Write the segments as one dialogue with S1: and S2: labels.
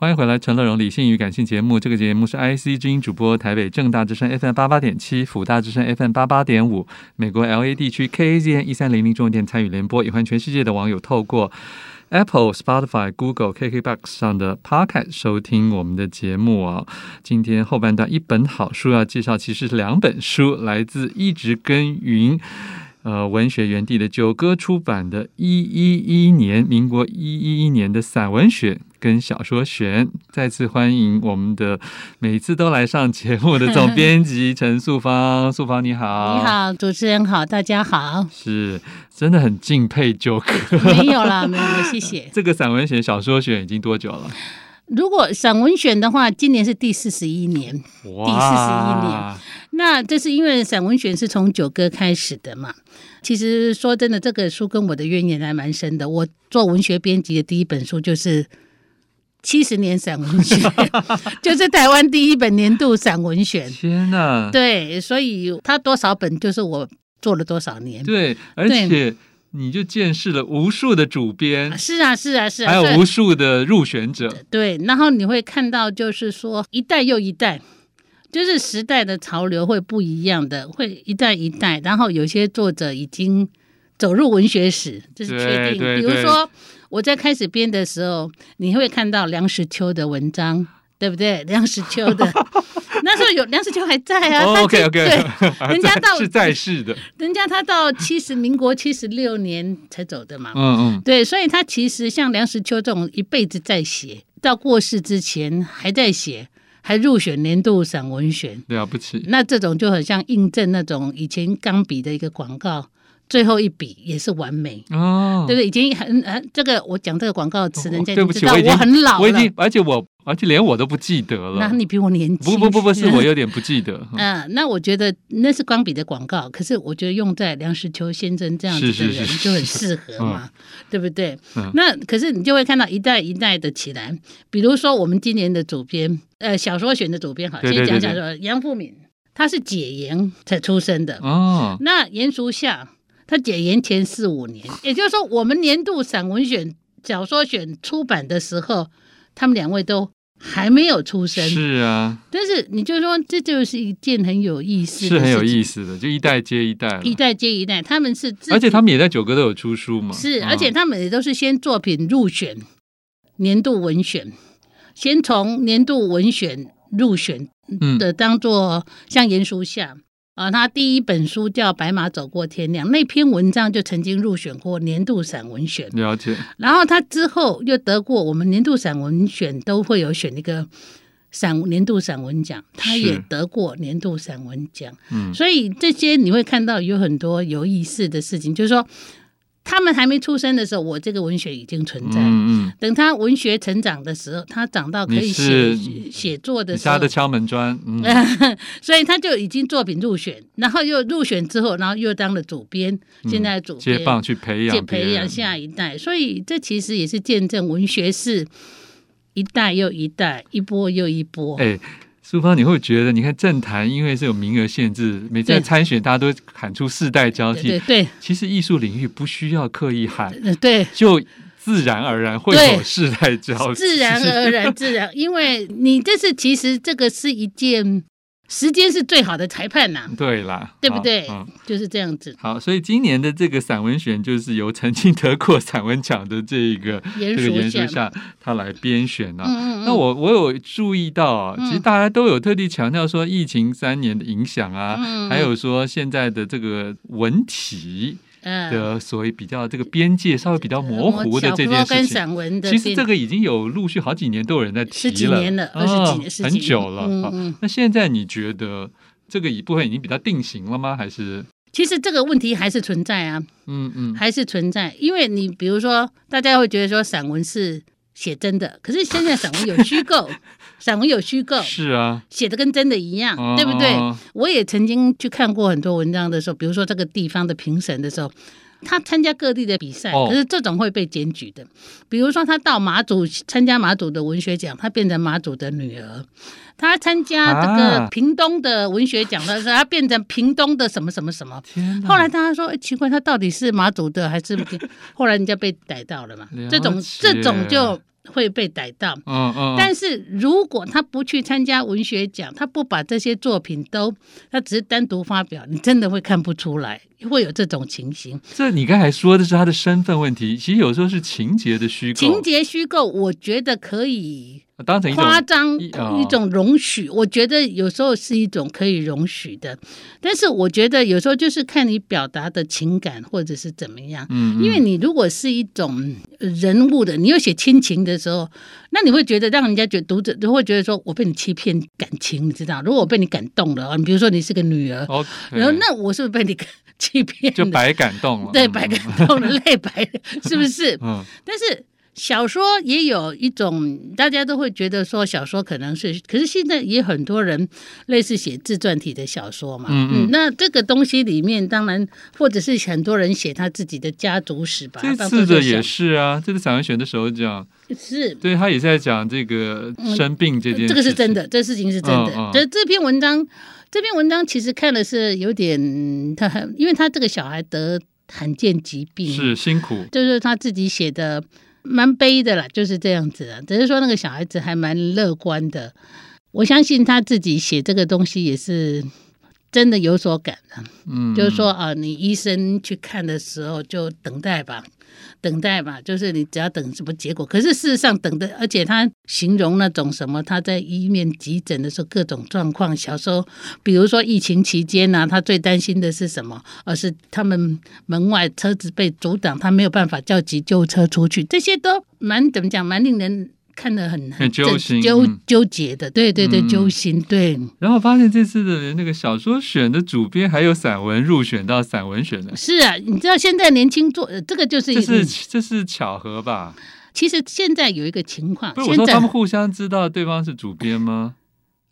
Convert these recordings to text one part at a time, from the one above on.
S1: 欢迎回来，《陈乐荣理性与感性》节目，这个节目是 IC 之音主播，台北正大之声 FM 八八点七，辅大之声 FM 八八点五，美国 LA 地区 KAZN 一三零零中文电参与联播，也欢迎全世界的网友透过 Apple、Spotify、Google、KKBox 上的 Podcast 收听我们的节目啊、哦。今天后半段一本好书要介绍，其实是两本书，来自一直耕耘。呃，文学园地的九歌出版的一一一年，民国一一一年的散文选跟小说选，再次欢迎我们的每次都来上节目的总编辑陈素芳，素芳你好，。
S2: 你，好，主持人好，大家好
S1: 是真的很敬佩九歌。
S2: 没有啦，没有啦，谢谢。
S1: 这个散文选、小说选已经多久了？
S2: 如果散文选的话，今年是第四十一年。
S1: 哇
S2: 那这是因为散文选是从九歌开始的嘛。其实说真的，这个书跟我的渊源还蛮深的。我做文学编辑的第一本书就是。七十年散文选， 就是台湾第一本年度散文选。
S1: 天哪！
S2: 对，所以它多少本就是我做了多少年。
S1: 对，而且你就见识了无数的主编，
S2: 是啊，是啊，是啊。
S1: 还
S2: 所以
S1: 有无数的入选者。
S2: 对，然后你会看到，就是说一代又一代，就是时代的潮流会不一样的，会一代一代。然后有些作者已经走入文学史，这是确定。
S1: 对对
S2: 比如
S1: 对
S2: 说我在开始编的时候，你会看到梁实秋的文章，对不对？梁实秋 的那时候有梁实秋还在啊，他就
S1: 哦 OK
S2: 对
S1: OK，
S2: 人家到
S1: 是在世的，
S2: 人家他到七十民国七十六年才走的嘛，
S1: 嗯嗯，
S2: 对，所以他其实像梁实秋这种一辈子在写，到过世之前还在写，还入选年度散文选，
S1: 了啊不起，
S2: 那这种就很像印证那种以前钢笔的一个广告，最后一笔也是完美。
S1: 哦，
S2: 嗯对不对？已经很很这个，我讲这个广告词，人家
S1: 对
S2: 就
S1: 不
S2: 知
S1: 起，
S2: 道
S1: 我已经
S2: 很老了。
S1: 我已经，而且我，而且连我都不记得了。
S2: 那你比我年轻。
S1: 不不不不，是我有点不记得。
S2: 嗯、那我觉得那是钢笔的广告，可是我觉得用在梁实秋先生这样子的
S1: 是是
S2: 人
S1: 是
S2: 就很适合嘛，对不对？
S1: 嗯
S2: 那可是你就会看到一代一代的起来，比如说我们今年的主编，呃，小说选的主编好，
S1: 对对
S2: 先
S1: 对
S2: 讲讲说杨富敏，他是解严才出生的，
S1: 哦，
S2: 那严淑夏他解严前四五年，也就是说我们年度散文选、小说选出版的时候，他们两位都还没有出生。
S1: 是啊，
S2: 但是你就说，这就是一件很有意思的事
S1: 是
S2: 情，
S1: 很有意思的，就一代接一代了。
S2: 一代接一代，他们是自己
S1: 而且他们也在九歌都有出书嘛。
S2: 是，
S1: 嗯
S2: 而且他们也都是先作品入选年度文选，先从年度文选入选
S1: 嗯，
S2: 的当做像严书夏。啊，他第一本书叫《白马走过天亮》，那篇文章就曾经入选过年度散文选，
S1: 了解，
S2: 然后他之后又得过我们年度散文选，都会有选一个散年度散文奖，他
S1: 是
S2: 也得过年度散文奖。
S1: 嗯，
S2: 所以这些你会看到有很多有意思的事情，就是说他们还没出生的时候，我这个文学已经存在。
S1: 嗯嗯，
S2: 等他文学成长的时候，他长到可
S1: 你
S2: 以写
S1: 是
S2: 写写作的
S1: 你
S2: 时
S1: 家
S2: 候
S1: 的，敲门砖， 嗯，
S2: 所以他就已经作品入选，然后又入选之后，然后又当了主编，
S1: 嗯
S2: 现在主编
S1: 接棒去培
S2: 就
S1: 养别
S2: 培
S1: 人
S2: 养下一代，所以这其实也是见证文学是一代又一代，一波又一波。
S1: 哎，苏芳，你会觉得，你看政坛因为是有名额限制，每次在
S2: 对
S1: 参选大家都喊出世代交
S2: 对
S1: 替。
S2: 对
S1: 其实艺术领域不需要刻意喊，
S2: 对对，
S1: 就自然而然会
S2: 对
S1: 有世代交替。
S2: 自然而 然，自然，因为你这是其实这个是一件时间是最好的裁判呐、
S1: 对啦，
S2: 对不
S1: 好
S2: 对？
S1: 嗯。
S2: 就是这样子。
S1: 好，所以今年的这个散文选就是由曾经得过散文奖的这个
S2: 严
S1: 这个严
S2: 肃
S1: 书
S2: 下，
S1: 夏他来编选啊。
S2: 嗯嗯嗯，
S1: 那我我有注意到啊，
S2: 嗯
S1: 其实大家都有特地强调说疫情三年的影响啊，
S2: 嗯
S1: 还有说现在的这个文体
S2: 嗯
S1: 的所谓比较这个边界稍微比较模糊的这
S2: 小
S1: 件
S2: 说跟
S1: 事情。
S2: 散文的
S1: 其实这
S2: 个
S1: 个已经有陆续好几年都有人在提了，
S2: 十几年了，二十几年，
S1: 啊
S2: 十几
S1: 很
S2: 年
S1: 久了。
S2: 嗯
S1: 啊
S2: 嗯，
S1: 那现在你觉得这个一部分已经比较定型了吗？还是
S2: 其实这个问题还是存在啊，
S1: 嗯嗯
S2: 还是存在，因为你比如说，大家会觉得说散文是。写真的，可是现在散文有 虚构，散文有虚构，
S1: 是啊，
S2: 写的跟真的一样，
S1: 嗯
S2: 哦对不对？
S1: 嗯嗯
S2: 我也曾经去看过很多文章的时候，比如说这个地方的评审的时候，他参加各地的比赛，
S1: 哦
S2: 可是这种会被检举的。比如说他到马祖参加马祖的文学奖，他变成马祖的女儿；他参加这
S1: 啊
S2: 个屏东的文学奖的时候，他变成屏东的什么什么什么。
S1: 天哪
S2: 后来大家说，哎，奇 怪，他到底是马祖的还是？后来人家被逮到了嘛
S1: 了？解
S2: 这种这种就会被逮到。
S1: 嗯嗯，
S2: 但是如果他不去参加文学奖，他不把这些作品都，他只是单独发表，你真的会看不出来，会有这种情形。
S1: 这你刚才说的是他的身份问题，其实有时候是情节的虚构，
S2: 情节虚构，我觉得可以
S1: 当成一种
S2: 夸张
S1: 一哦
S2: 一种容许，我觉得有时候是一种可以容许的，但是我觉得有时候就是看你表达的情感或者是怎么样。
S1: 嗯，嗯
S2: 因为你如果是一种呃人物的，你又写亲情的时候，那你会觉得让人家觉得读者都会觉得说我被你欺骗感情，你知道？如果我被你感动了，哦你比如说你是个女儿，
S1: OK，
S2: 然后那我是不是被你 欺骗了？
S1: 哦就白感动了，
S2: 对
S1: 嗯
S2: 白感动了，泪白了，是不是？
S1: 嗯
S2: 但是小说也有一种，大家都会觉得说小说可能是，可是现在也很多人类似写自传体的小说嘛。
S1: 嗯嗯
S2: 那这个东西里面，当然或者是很多人写他自己的家族史吧。
S1: 这
S2: 包括
S1: 次的
S2: 小
S1: 也是啊，这次散文选的时候讲，
S2: 是。
S1: 对他也是在讲这个生病这件事情，
S2: 嗯这个是真的，这事情是真的。
S1: 嗯嗯
S2: 这这篇文章，这篇文章其实看的是有点，他很，因为他这个小孩得罕见疾病，
S1: 是辛苦，
S2: 就是他自己写的蛮悲的啦，就是这样子啊。只是说那个小孩子还蛮乐观的，我相信他自己写这个东西也是真的有所感的、
S1: 嗯，
S2: 就是说啊，你医生去看的时候就等待吧，等待吧，就是你只要等什么结果。可是事实上等的，而且他形容那种什么，他在医院急诊的时候各种状况。小时候，比如说疫情期间呢、他最担心的是什么？而是他们门外车子被阻挡，他没有办法叫急救车出去，这些都蛮怎么讲，蛮令人。看得很
S1: 很揪
S2: 震
S1: 心
S2: 纠
S1: 嗯
S2: 纠结的，对对对，
S1: 嗯嗯
S2: 揪心，对，
S1: 然后发现这次的那个小说选的主编还有散文入选到散文选的，
S2: 是啊，你知道现在年轻作，呃这个就是
S1: 这是
S2: 嗯
S1: 这是巧合吧？
S2: 其实现在有一个情况，
S1: 不是我
S2: 现
S1: 说他们
S2: 在
S1: 互相知道对方是主编吗？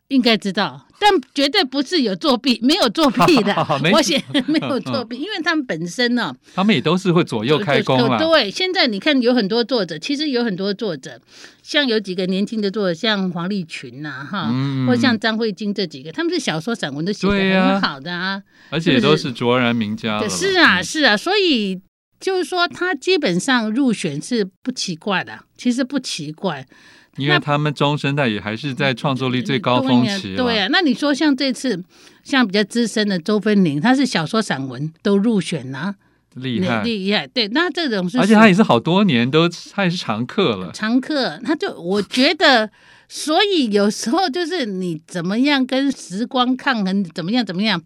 S2: 应该知道，但绝对不是有作弊，没有作弊的
S1: 好好没。
S2: 我写没有作弊，因为他们本身呢、呃
S1: 他们也都是会左右开弓啊啦。
S2: 对，现在你看有很多作者，其实有很多作者，像有几个年轻的作者，像黄立群呐、哈。
S1: 嗯
S2: 或像张慧晶这几个，他们是小说、散文都写的
S1: 对啊
S2: 很好的啊。
S1: 而且也都是卓然名家了嗯
S2: 对
S1: 吧。
S2: 是啊，是啊，所以就是说，他基本上入选是不奇怪的，其实不奇怪。
S1: 因为他们中生代也还是在创作力最高峰期了。
S2: 嗯对呀、那你说像这次，像比较资深的周芬玲，她是小说、散文都入选啦、
S1: 厉害。
S2: 厉害。对，那这种是
S1: 而且他也是好多年都，他也是常客了。
S2: 常客，他就我觉得，所以有时候就是你怎么样跟时光抗衡，怎么样怎么样，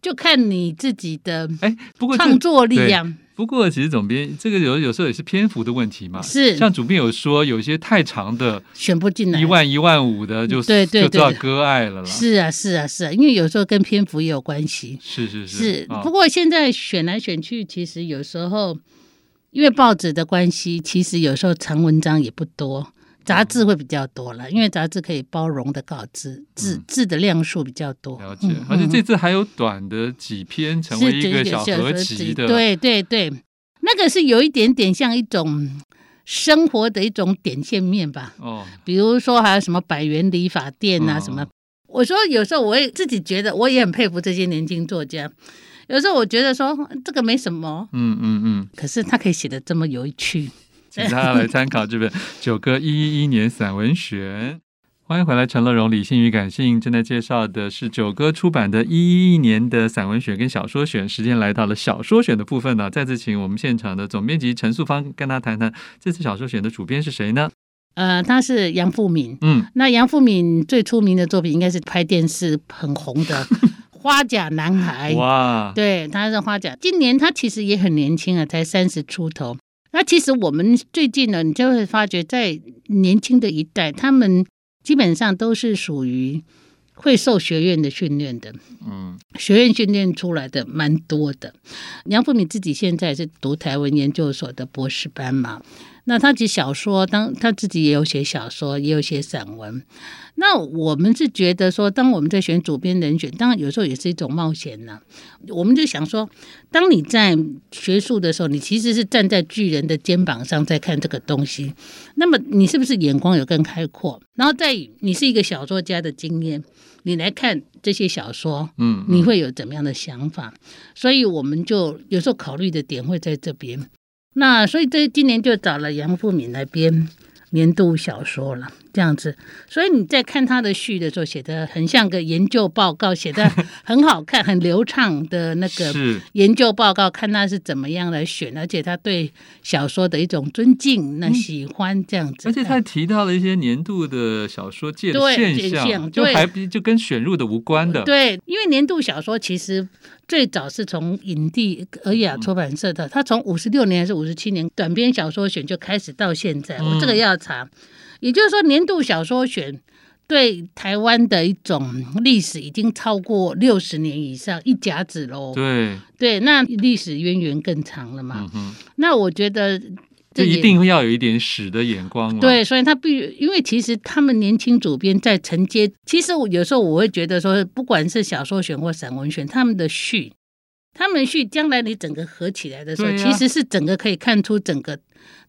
S2: 就看你自己的
S1: 哎，不过这
S2: 创作力量、
S1: 不过其实总编这个有有时候也是篇幅的问题嘛。
S2: 是
S1: 像主编有说，有一些太长的，
S2: 选不进来
S1: 一。万一万五的就
S2: 对对对
S1: 就叫割爱了啦。
S2: 是啊，是啊，是啊，因为有时候跟篇幅也有关系。
S1: 是是
S2: 是，
S1: 啊
S2: 不过现在选来选去，其实有时候因为报纸的关系，其实有时候长文章也不多，杂志会比较多
S1: 嗯
S2: 了，因为杂志可以包容的稿字字字的量数比较多。
S1: 了解
S2: 嗯，
S1: 而且这次还有短的几篇成为
S2: 是
S1: 一
S2: 这
S1: 个小合集的，
S2: 对对对，那个是有一点点像一种生活的一种点线面吧。
S1: 哦，
S2: 比如说还有什么百元理发店啊
S1: 嗯
S2: 什么。我说有时候我也自己觉得，我也很佩服这些年轻作家。有时候我觉得说这个没什么，
S1: 嗯嗯嗯，
S2: 可是他可以写的这么有趣。
S1: 请大家来参考这本《九歌一一一年散文选》。欢迎回来，陈乐荣，理性与感性正在介绍的是九歌出版的一一年的散文选跟小说选。时间来到了小说选的部分呢、再次请我们现场的总编辑陈素芳跟大家谈谈这次小说选的主编是谁呢？
S2: 呃，他是杨富敏。
S1: 嗯，
S2: 那杨富敏最出名的作品应该是拍电视很红的《花甲 男孩》。
S1: 哇，
S2: 对，他是花甲。今年他其实也很年轻啊，才三十出头。那其实我们最近呢，你就会发觉，在年轻的一代，他们基本上都是属于会受学院的训练的，
S1: 嗯，
S2: 学院训练出来的蛮多的。杨富敏自己现在也是读台湾研究所的博士班嘛，那他其实小说，当他自己也有写小说，也有写散文。那我们是觉得说，当我们在选主编人选，当然有时候也是一种冒险呐、我们就想说，当你在学术的时候，你其实是站在巨人的肩膀上在看这个东西，那么你是不是眼光有更开阔？然后再以你是一个小作家的经验，你来看这些小说，
S1: 嗯，
S2: 你会有怎么样的想法？所以我们就有时候考虑的点会在这边。那所以这今年就找了杨富敏来编，年度小说了，这样子。所以你在看他的序的时候，写的很像个研究报告，写的很好看、很流畅的那个
S1: 是
S2: 研究报告，看他是怎么样来选，而且他对小说的一种尊敬、那喜欢这样
S1: 嗯
S2: 子。
S1: 而且他还提到了一些年度的小说界的
S2: 对
S1: 现
S2: 现
S1: 象，
S2: 象
S1: 就
S2: 对
S1: 还比就跟选入的无关 的。
S2: 对，因为年度小说其实最早是从影帝尔雅出版社的，他从五十六年还是五十七年短篇小说选就开始到现在，
S1: 嗯
S2: 我这个要查。也就是说，年度小说选对台湾的一种历史已经超过六十年以上，一甲子喽。
S1: 对，
S2: 对，那历史渊源更长了嘛。
S1: 嗯哼，
S2: 那我觉得
S1: 就
S2: 这
S1: 一
S2: 也
S1: 定要有一点史的眼光了。，
S2: 对，所以他必须，因为其实他们年轻主编在承接，其实我有时候我会觉得说，不管是小说选或散文选，他们的序，他们序将来你整个合起来的时候，
S1: 对呀
S2: 其实是整个可以看出整个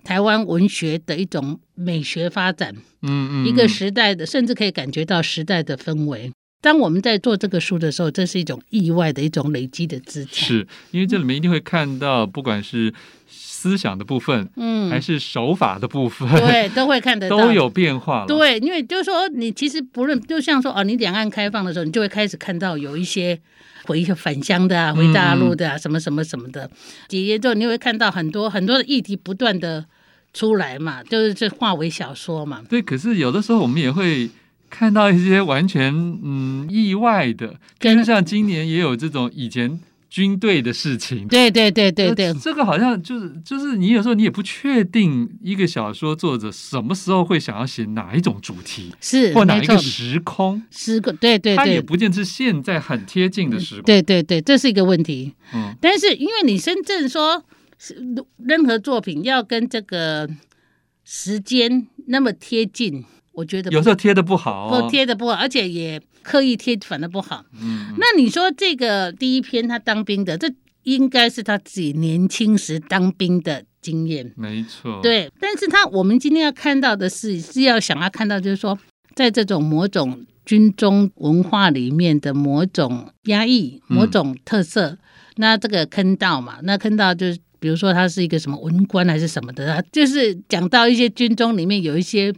S2: 台湾文学的一种美学发展，
S1: 嗯嗯，
S2: 一个
S1: 嗯
S2: 时代的，甚至可以感觉到时代的氛围。当我们在做这个书的时候，这是一种意外的一种累积的资产。，
S1: 是因为这里面一定会看到，不管是思想的部分，还
S2: 嗯，
S1: 是手法的部分，
S2: 对，都会看得到，
S1: 都有变化了。
S2: 对，因为就是说，你其实不论，就像说哦，你两岸开放的时候，你就会开始看到有一些回返乡的啊，回大陆
S1: 嗯
S2: 的啊，什么什么什么的。几年之后，你会看到很多很多的议题不断的出来嘛，就是这化为小说嘛。
S1: 对，可是有的时候我们也会看到一些完全嗯意外的，比如
S2: 跟
S1: 说像今年也有这种以前军队的事情。
S2: 对对对对对
S1: 呃，这个好像就是就是你有时候你也不确定一个小说作者什么时候会想要写哪一种主题
S2: 是
S1: 或哪
S2: 没
S1: 一个
S2: 错，
S1: 时空，
S2: 十个对对
S1: 它也
S2: 对
S1: 不见是现在很贴近的时空。
S2: 对对对，这是一个问题。
S1: 嗯，
S2: 但是因为你真正说是任何作品要跟这个时间那么贴近，我觉得不
S1: 有时候贴的不好
S2: 不
S1: 哦。
S2: 贴的不好，而且也刻意贴，反而不好。
S1: 嗯，
S2: 那你说这个第一篇他当兵的，这应该是他自己年轻时当兵的经验，
S1: 没错。，
S2: 对。但是他我们今天要看到的是，是要想要看到，就是说，在这种某种军中文化里面的某种压抑、
S1: 嗯
S2: 某种特色，那这个坑道嘛，那坑道就是。比如说他是一个什么文官还是什么的，他就是讲到一些军中里面有一些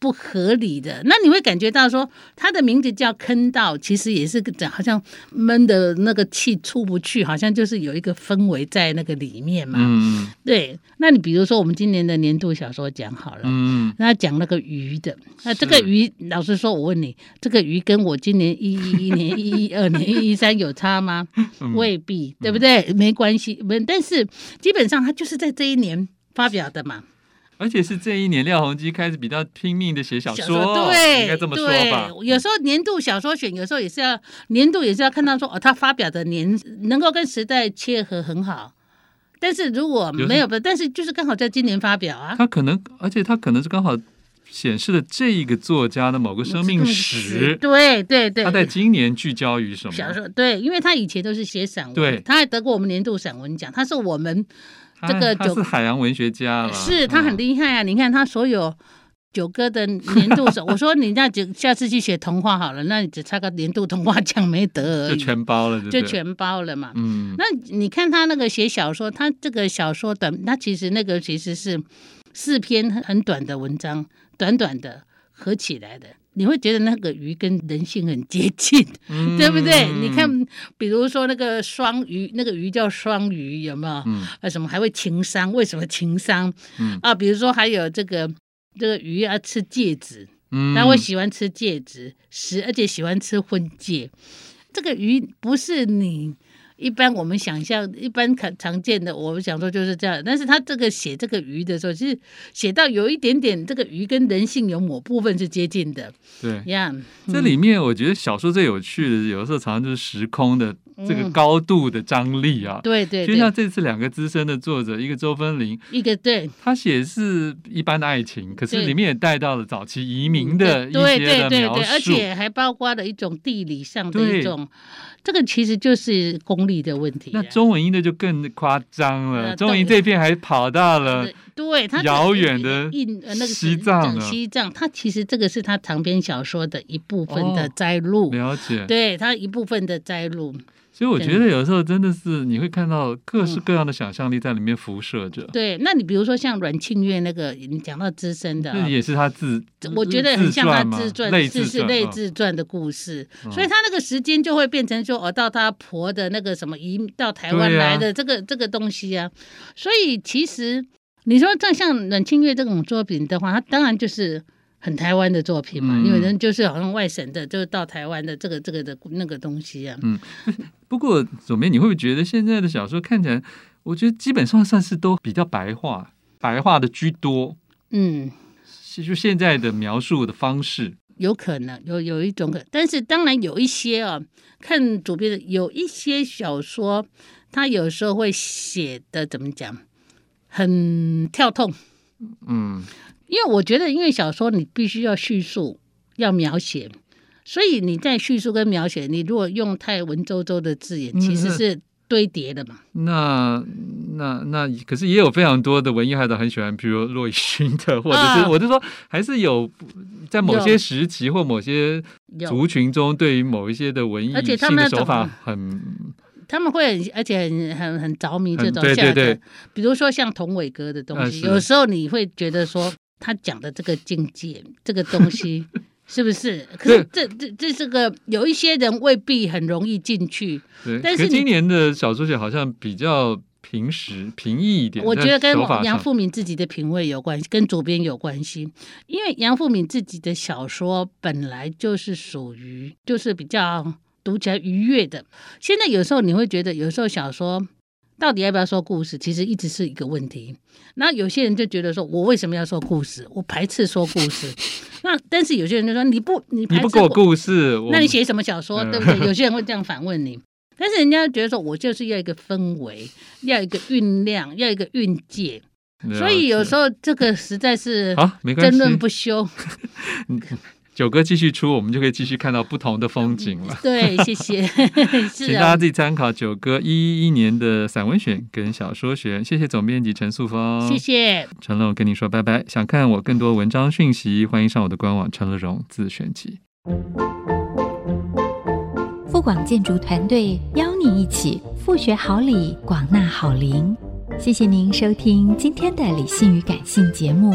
S2: 不合理的，那你会感觉到说，它的名字叫坑道，其实也是个好像闷的那个气出不去，好像就是有一个氛围在那个里面嘛。
S1: 嗯
S2: 对，那你比如说我们今年的年度小说奖好了。
S1: 嗯，
S2: 那讲那个鱼的，那这个
S1: 是
S2: 鱼，老实说，我问你，这个鱼跟我今年一一一年、一一二年、一一三有差吗？
S1: 嗯
S2: 未必，对不对？没关系，没，但是基本上它就是在这一年发表的嘛。
S1: 而且是这一年廖鸿基开始比较拼命的写小说，
S2: 对，
S1: 应该这么说
S2: 对
S1: 吧。
S2: 有时候年度小说选，有时候也是要年度也是要看到说哦，他发表的年能够跟时代切合很好。但是如果
S1: 有时
S2: 没有不，但是就是刚好在今年发表啊，
S1: 他可能，而且他可能是刚好显示了这一个作家的某个生命
S2: 史，
S1: 史，
S2: 对对对，
S1: 他在今年聚焦于什
S2: 小
S1: 么？
S2: 说对，因为他以前都是写散文，
S1: 对
S2: 他还得过我们年度散文奖，他是我们
S1: 他
S2: 这个
S1: 他
S2: 九
S1: 是海洋文学家了，
S2: 是他很厉害啊！你看他所有九哥的年度手，我说你那就下次去写童话好了，那你只差个年度童话奖没
S1: 嗯
S2: 得而
S1: 就
S2: 已，
S1: 全包了，对不
S2: 就
S1: 对
S2: 全包了嘛。
S1: 嗯，
S2: 那你看他那个写小说，他这个小说短，他其实那个其实是四篇很很短的文章，短短的合起来的，你会觉得那个鱼跟人性很接近。
S1: 嗯
S2: 对不对？你，看，比如说那个双鱼，那个鱼叫双鱼，有没有？
S1: 嗯
S2: 啊，什么还会情商？为什么情商？
S1: 嗯
S2: 啊，比如说还有这个这个鱼啊，吃戒指，
S1: 嗯，
S2: 它会喜欢吃戒指，食而且喜欢吃婚戒。这个鱼不是你一般我们想象一般常常见的，我们想说就是这样。但是他这个写这个鱼的时候，其实写到有一点点这个鱼跟人性有某部分是接近的
S1: 对。
S2: 呀。
S1: 这里面我觉得小说最有趣的，有的时候常常就是时空的这个
S2: 嗯
S1: 高度的张力啊。
S2: 对对
S1: 就像
S2: 对，
S1: 这次两个资深的作者，一个周芬玲，
S2: 一个对。
S1: 他写是一般的爱情，可是
S2: 对
S1: 里面也带到了早期移民的一
S2: 嗯对对
S1: 些的
S2: 对
S1: 描
S2: 对，而
S1: 述。
S2: 且还包括了一种地理上的
S1: 对
S2: 一种，这个其实就是功利的问题啊、
S1: 那中文音的就更夸张了，
S2: 呃
S1: 中文音
S2: 动
S1: 这片还跑到了
S2: 对对它
S1: 遥远的
S2: 印呃那个是
S1: 西藏啊呢
S2: 西藏，它其实这个是它长篇小说的一部分
S1: 哦
S2: 的摘录。
S1: 了解，
S2: 对它一部分的摘录，
S1: 所以我觉得有时候真的是你会看到各式各样的想象力在里面辐射着。
S2: 嗯对，那你比如说像阮庆月那个，你讲到资深的啊、
S1: 这也是他自，
S2: 我觉得很像他自传
S1: 嗯传嘛，，
S2: 是是类
S1: 嗯
S2: 自传的故事，
S1: 嗯
S2: 所以他那个时间就会变成说，哦，到他婆的那个什么移到台湾
S1: 对啊
S2: 来的这个、这个东西啊，所以其实你说像像阮清月这种作品的话，它当然就是很台湾的作品嘛，
S1: 嗯
S2: 因为人就是好像外省的，就是到台湾的这个这个的那个东西啊，
S1: 不过左边你会不会觉得现在的小说看起来，我觉得基本上算是都比较白话，白话的居多，
S2: 嗯，
S1: 是就现在的描述的方式。
S2: 有可能有有一种可，但是当然有一些啊，看主编的有一些小说，他有时候会写的怎么讲，很跳痛，
S1: 嗯，
S2: 因为我觉得，因为小说你必须要叙述，要描写，所以你在叙述跟描写，你如果用太文绉绉的字眼，
S1: 嗯
S2: 其实是堆叠的嘛。
S1: 那那那，可是也有非常多的文艺爱的很喜欢，比如骆以勋的，或者是、
S2: 啊
S1: 我就说，还是有在某些时期或某些
S2: 有
S1: 族群中，对于某一些的文艺
S2: 而且他
S1: 性
S2: 们
S1: 的
S2: 那种
S1: 手法很
S2: 他们会很，而且很很很着迷这
S1: 很
S2: 种
S1: 对
S2: 下
S1: 对
S2: 的
S1: 对，
S2: 比如说像童伟哥的东
S1: 啊
S2: 西，
S1: 是
S2: 有时候你会觉得说他讲的这个境界，这个 东西是不是？可是这这这这个有一些人未必很容易进去，
S1: 对。
S2: 但是
S1: 可
S2: 你
S1: 今年的小说写好像比较平实平易一点，
S2: 我觉得
S1: 在
S2: 跟
S1: 手法
S2: 杨
S1: 上，
S2: 富敏自己的品味有关系，跟主编有关系。因为杨富敏自己的小说本来就是属于就是比较读起来愉悦的。现在有时候你会觉得，有时候小说到底要不要说故事，其实一直是一个问题。那有些人就觉得说，我为什么要说故事？我排斥说故事。那但是有些人就说，你不你排
S1: 你
S2: 斥
S1: 不给我
S2: 故
S1: 故事，我
S2: 哎那你写什么小说，
S1: 嗯
S2: 对不对？有些人会这样反问你，但是人家觉得说我就是要一个氛围，要一个酝酿，要一个韵界，所以有时
S1: 候
S2: 候这个实在是
S1: 啊好没关
S2: 争
S1: 系，
S2: 论不休。
S1: 九哥继续出，我们就可以继续看到不同的风景了。
S2: 对，谢谢，嗯 是
S1: 请大家
S2: 啊，
S1: 自己参考九哥一一年的散文选跟小说选。谢谢总编辑陈素芳，
S2: 谢谢。
S1: 陈乐，我跟你说拜拜。想看我更多文章讯息，欢迎上我的官网陈乐荣自选集。
S3: 富广建筑团队邀你一起复学好礼，广纳好邻。谢谢您收听今天的理性与感性节目。